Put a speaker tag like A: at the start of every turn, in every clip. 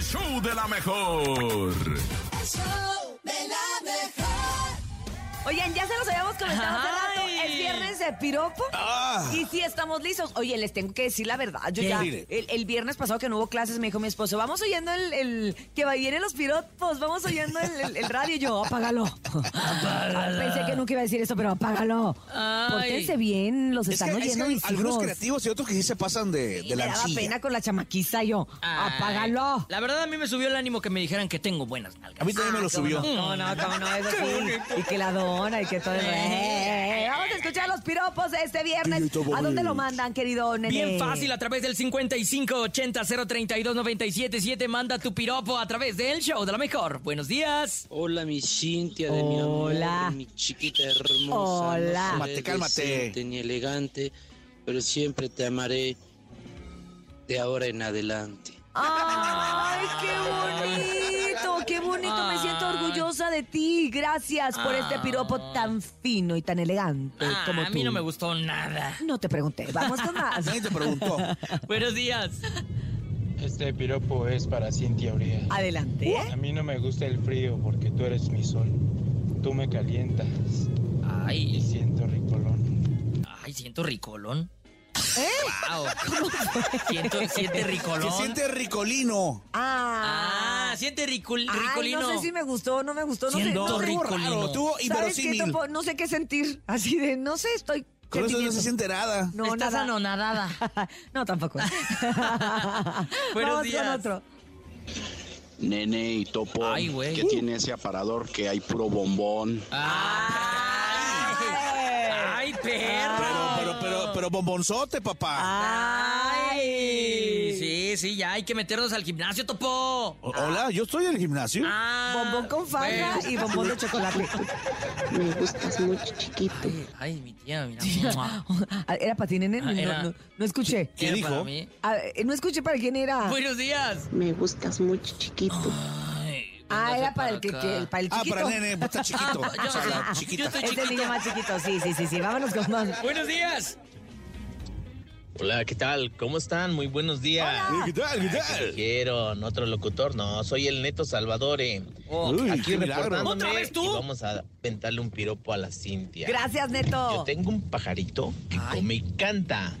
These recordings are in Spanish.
A: show de la mejor.
B: El show de la mejor.
C: Oigan, ya se los habíamos comentado hace rato.
D: Ay.
C: Es viernes de piropo.
E: Ah.
C: Y sí estamos listos. Oye, les tengo que decir la verdad. Yo
D: ¿Qué?
C: ya,
E: Dile.
C: el, el viernes pasado que no hubo clases, me dijo mi esposo, vamos oyendo el, el- que va vienen los piropos, vamos oyendo el, el- el radio. Y yo, apágalo.
D: Apágala.
C: Pensé que nunca iba a decir eso, pero apágalo.
D: Ay.
C: Pórtense bien, los
E: Es
C: están
E: que- es
C: oyendo
E: que
C: mis
E: algunos
C: hijos.
E: creativos y otros que sí se pasan de,
C: Y me
E: de la
C: daba
E: arcilla.
C: pena con la chamaquiza yo.
D: Ay,
C: Apágalo.
D: La verdad a mí me subió el ánimo que me dijeran que tengo buenas nalgas.
E: A mí también me lo subió.
C: No,
D: Mm.
C: no, Ah, cómo no, eso sí. Y que la dona y que todo el re- Vamos a escuchar los piropos de este viernes. ¿A dónde lo mandan, querido nene?
D: Bien fácil, a través del 5580-032-977 manda tu piropo a través del show de la mejor. Buenos días.
F: Hola, mi Cintia de mi amor,
C: Hola.
F: mi chiquita hermosa.
C: Hola.
F: No
E: Cálmate,
F: seré
E: cálmate.
F: decente Ni elegante, pero siempre te amaré de ahora en adelante.
C: Ay, qué bonito, qué bonito. Me siento
D: Ay.
C: orgullosa de ti. Gracias por este piropo tan fino y tan elegante
D: Ah,
C: como
D: a mí
C: Eh, tú.
D: no me gustó nada.
C: No te pregunté. Vamos con más.
E: Nadie te preguntó.
D: Buenos días.
G: Este piropo es para Cintia Urias.
C: Adelante. ¿eh?
G: A mí no me gusta el frío porque tú eres mi sol. Tú me calientas y
D: Ay,
G: siento ricolón.
D: ay, siento ricolón.
C: ¿Eh?
D: Wow. Siento, siente ricolón.
E: Que siente ricolino.
C: Ah.
D: Uh. Ah, siente ricol,
C: Ay,
D: ricolino.
C: no sé si me gustó, no me gustó, no sé.
D: Siento
C: No sé,
E: Estuvo
D: ricolino.
E: raro, estuvo
C: ¿Sabes qué,
E: inverosímil.
C: Topo? No sé qué sentir. Así de, no sé, estoy.
E: Con eso no se
C: sentimiento.
E: siente nada.
C: No,
D: Estás
C: nada.
D: anonadada.
C: No, tampoco.
D: Buenos
C: Vamos con
D: días.
C: otro.
H: Nene y Topo,
D: Ay, güey.
H: que tiene ese aparador que hay puro bombón.
D: Ay, ay, perro.
E: Pero, pero, pero, pero bombonzote,
C: Ah.
E: papá.
D: Ay,
C: Ay.
D: sí, sí, ya hay que meternos al gimnasio, topo.
E: O- Hola, yo estoy en el gimnasio.
D: Ah, pues,
C: Bombón con faja
D: bueno.
C: y bombón de chocolate.
I: Me gustas mucho, chiquito.
D: Ay, mi tía, mira.
C: Ah, ¿Era para ti, nene?
D: Ah, era.
C: No, no, no escuché.
E: ¿Qué
D: Era
E: dijo?
D: para mí.
C: A ver, no escuché para quién era.
D: Buenos días.
I: Me gustas mucho, chiquito.
D: Ay,
C: Ah, era
D: véngase
C: para el, que,
D: acá.
C: que- para el
E: Ah,
C: chiquito.
E: para nene, pues está chiquito.
D: Ah,
E: O sea,
D: yo-
E: la
D: yo
E: chiquita.
D: estoy-
C: Es el niño
D: chiquito.
C: más chiquito, sí, sí, sí, sí. Vámonos con más.
D: Buenos días.
J: Hola, ¿qué tal? ¿Cómo están? Muy buenos días.
E: ¿Qué tal? ¿Qué tal?
J: Quiero otro locutor, no, soy el Neto Salvadore.
C: Oh,
E: Uy,
J: Aquí
E: qué milagro.
J: reportándome
D: ¿Otra vez tú?
J: y vamos a aventarle un piropo a la Cintia.
C: Gracias,
J: Yo
C: Neto.
J: tengo un pajarito que
D: Ay.
J: come y canta,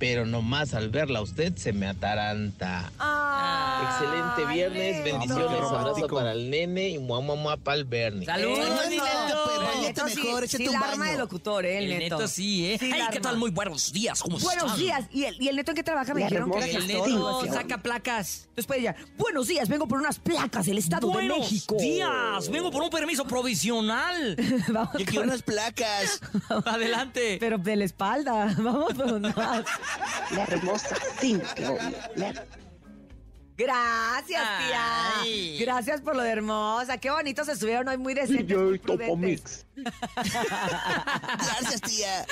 J: pero nomás al verla a usted se me ataranta.
C: Ah,
J: Excelente viernes,
C: Neto.
J: bendiciones,
E: Ay,
J: abrazo
E: romántico.
J: para el nene y muá muá muá para el Bernie.
D: Saludos,
E: Ay,
D: mi
E: no,
D: Neto.
E: pero-
C: El
E: Bañate
C: Neto sí,
E: mejor, échate
C: sí
E: un
C: la
E: baño.
C: arma de locutor, ¿eh? El,
D: El Neto. sí, ¿eh?
C: Sí,
D: Ay,
C: la
D: ¿qué
C: arma.
D: tal? Muy buenos días. ¿Cómo
C: Buenos
D: están?
C: días. ¿Y el, ¿Y el Neto en qué trabaja? Me dijeron que
D: El
C: gestor, algo
D: Neto
C: así.
D: saca placas.
C: Después ella, pues, buenos días, vengo por unas placas del Estado de
D: Buenos
C: México.
D: días. Vengo por un permiso provisional.
C: Vamos
E: Yo quiero
C: con-
E: unas placas.
D: Adelante.
C: Pero de la espalda, vamos con más.
I: La hermosa Cintia. La
C: Gracias, tía.
D: Ay.
C: Gracias por lo de hermosa. Qué bonitos estuvieron hoy, muy decentes. muy prudentes.
E: Gracias, tía.